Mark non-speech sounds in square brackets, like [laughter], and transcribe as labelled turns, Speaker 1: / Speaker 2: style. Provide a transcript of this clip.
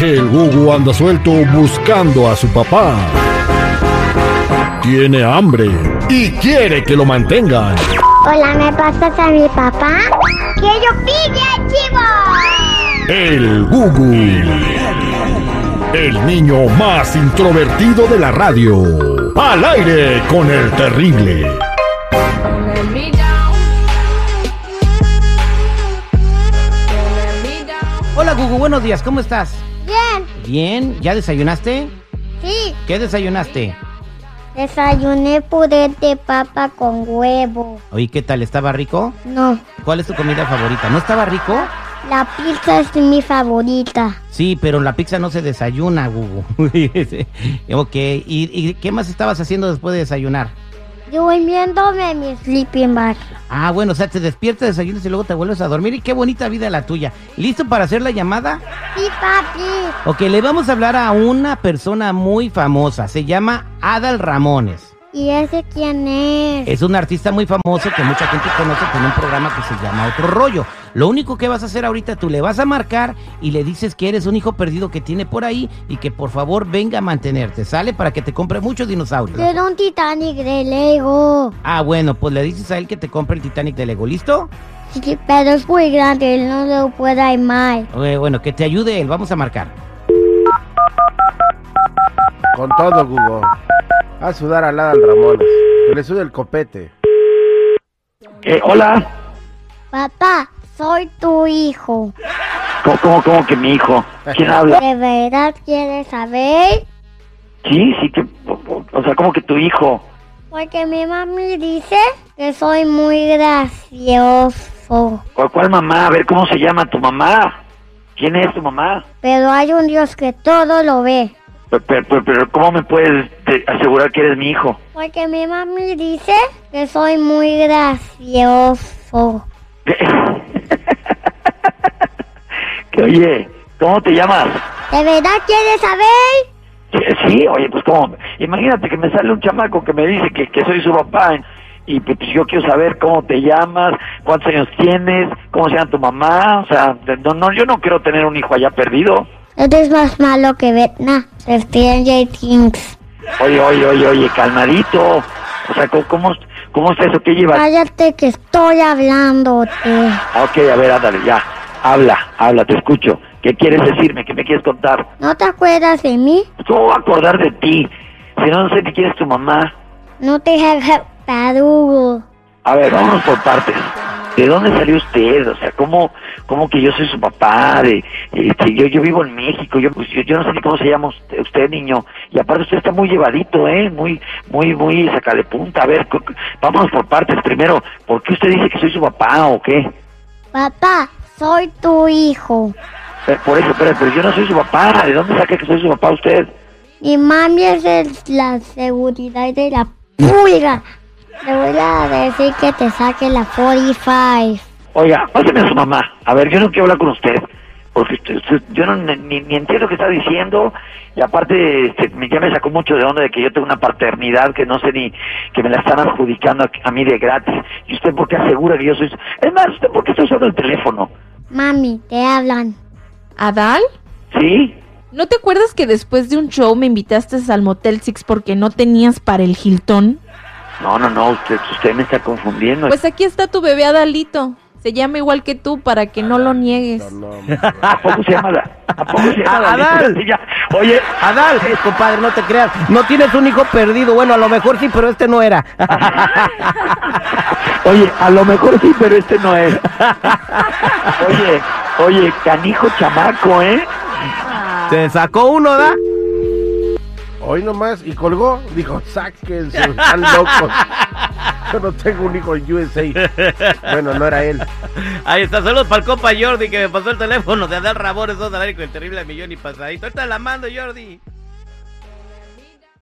Speaker 1: el Gugu anda suelto buscando a su papá. Tiene hambre y quiere que lo mantengan.
Speaker 2: Hola, ¿me pasas a mi papá? ¡Que yo pille el chivo!
Speaker 1: El Gugu. El niño más introvertido de la radio. Al aire con el terrible.
Speaker 3: Hola Gugu, buenos días, ¿cómo estás?
Speaker 2: Bien,
Speaker 3: Bien, ¿ya desayunaste?
Speaker 2: sí.
Speaker 3: ¿Qué desayunaste?
Speaker 2: Desayuné puré de papa con huevo.
Speaker 3: Oye, ¿qué tal? ¿Estaba rico?
Speaker 2: No,
Speaker 3: ¿Cuál es tu comida favorita? ¿No estaba rico?
Speaker 2: la pizza es mi favorita.
Speaker 3: Sí, pero la pizza no se desayuna, Gugu. [laughs] ok, ¿Y, y qué más estabas haciendo después de desayunar?
Speaker 2: Yo voy viéndome mi sleeping bag.
Speaker 3: Ah, bueno, o sea, te despiertas, desayunas y luego te vuelves a dormir. Y qué bonita vida la tuya. ¿Listo para hacer la llamada?
Speaker 2: Sí, papi.
Speaker 3: Ok, le vamos a hablar a una persona muy famosa. Se llama Adal Ramones.
Speaker 2: ¿Y ese quién es?
Speaker 3: Es un artista muy famoso que mucha gente conoce con un programa que se llama Otro Rollo. Lo único que vas a hacer ahorita, tú le vas a marcar y le dices que eres un hijo perdido que tiene por ahí y que por favor venga a mantenerte. Sale para que te compre muchos dinosaurios.
Speaker 2: Era un Titanic de Lego.
Speaker 3: Ah, bueno, pues le dices a él que te compre el Titanic de Lego. ¿Listo?
Speaker 2: Sí, pero es muy grande, él no lo puede armar.
Speaker 3: Eh, bueno, que te ayude él. Vamos a marcar.
Speaker 4: Con todo, Gugo. A sudar al Adal Ramones. Que le sude el copete.
Speaker 5: Eh, hola,
Speaker 2: Papá, soy tu hijo.
Speaker 5: ¿Cómo, cómo, cómo que mi hijo? ¿Quién
Speaker 2: [laughs]
Speaker 5: habla?
Speaker 2: ¿De verdad quieres saber?
Speaker 5: Sí, sí, que, o- o o sea, ¿cómo que tu hijo?
Speaker 2: Porque mi mami dice que soy muy gracioso.
Speaker 5: ¿Cuál, cuál mamá? A ver, ¿cómo se llama tu mamá? ¿Quién es tu mamá?
Speaker 2: Pero hay un Dios que todo lo ve.
Speaker 5: Pero, pero- pero- pero, ¿cómo me puedes eh, asegurar que eres mi hijo? [laughs]
Speaker 2: Porque mi mami dice que soy muy gracioso.
Speaker 5: [laughs] Que, que, oye, ¿cómo te llamas?
Speaker 2: ¿De verdad quieres saber?
Speaker 5: Sí, sí, oye, pues cómo... Imagínate que me sale un chamaco que me dice que, que soy su papá y pues yo quiero saber cómo te llamas, cuántos años tienes, cómo se llama tu mamá, o sea, no, no, yo no quiero tener un hijo allá perdido.
Speaker 2: Eres más malo que Vietnam. de Stranger Things.
Speaker 5: Oye, oye, oye, oye, calmadito. O sea, ¿cómo, cómo, cómo está eso? ¿Qué llevas?
Speaker 2: Cállate que estoy hablándote.
Speaker 5: Ah, ok, a ver, ándale, ya. Habla, habla, te escucho. ¿Qué quieres decirme? ¿Qué me quieres contar?
Speaker 2: ¿No te acuerdas de mí?
Speaker 5: ¿Cómo va a acordar de ti? Si no, no sé ni quién es tu mamá.
Speaker 2: No te hagas tarugo.
Speaker 5: A ver, vámonos por partes. ¿De dónde salió usted? O sea, ¿cómo, cómo que yo soy su papá? De, este, yo, yo vivo en México. Yo, pues, yo, yo no sé ni cómo se llama usted, usted, niño. Y aparte usted está muy llevadito, ¿eh? Muy, muy, muy sacale punta. A ver, cu- cu- vámonos por partes. Primero, ¿por qué usted dice que soy su papá o qué?
Speaker 2: Papá, soy tu hijo.
Speaker 5: Eh, Por eso, pero, pero yo no soy su papá. ¿De dónde saca que soy su papá usted?
Speaker 2: Mi mami es el- la seguridad de la pulga. Le voy a decir que te saque la 45.
Speaker 5: Oiga, páseme a su mamá. A ver, yo no quiero hablar con usted. Porque usted- usted- yo no, ni, ni entiendo qué está diciendo. Y aparte, este, me- ya me sacó mucho de onda de que yo tengo una paternidad que no sé ni que me la están adjudicando a, a mí de gratis. ¿Y usted por qué asegura que yo soy.? su- Es más, ¿usted por qué está usando el teléfono?
Speaker 2: Mami, te hablan.
Speaker 6: ¿Adal?
Speaker 5: ¿Sí?
Speaker 6: ¿No te acuerdas que después de un show me invitaste al Motel Six porque no tenías para el Hilton?
Speaker 5: No, no, no, usted, usted me está confundiendo.
Speaker 6: Pues aquí está tu bebé Adalito. Se llama igual que tú para que no lo niegues.
Speaker 5: ¿A poco se llama? la- ¿A poco se llama? la-
Speaker 3: Adal.
Speaker 5: Ya. Oye,
Speaker 3: Adal, eh, compadre, no te creas. No tienes un hijo perdido. Bueno, a lo mejor sí, pero este no era. [laughs]
Speaker 5: Oye, a lo mejor sí, pero este no es. [laughs] Oye, oye, canijo chamaco, ¿eh?
Speaker 3: Se sacó uno, ¿da?
Speaker 4: Hoy nomás, y colgó, dijo, sáquense, están locos. Yo no tengo un hijo en USA. Bueno, no era él.
Speaker 7: Ahí está, saludos para el compa Jordi que me pasó el teléfono de Adal Ramones, dos al aire con el terrible millón y pasadito. Ahorita la mando, Jordi.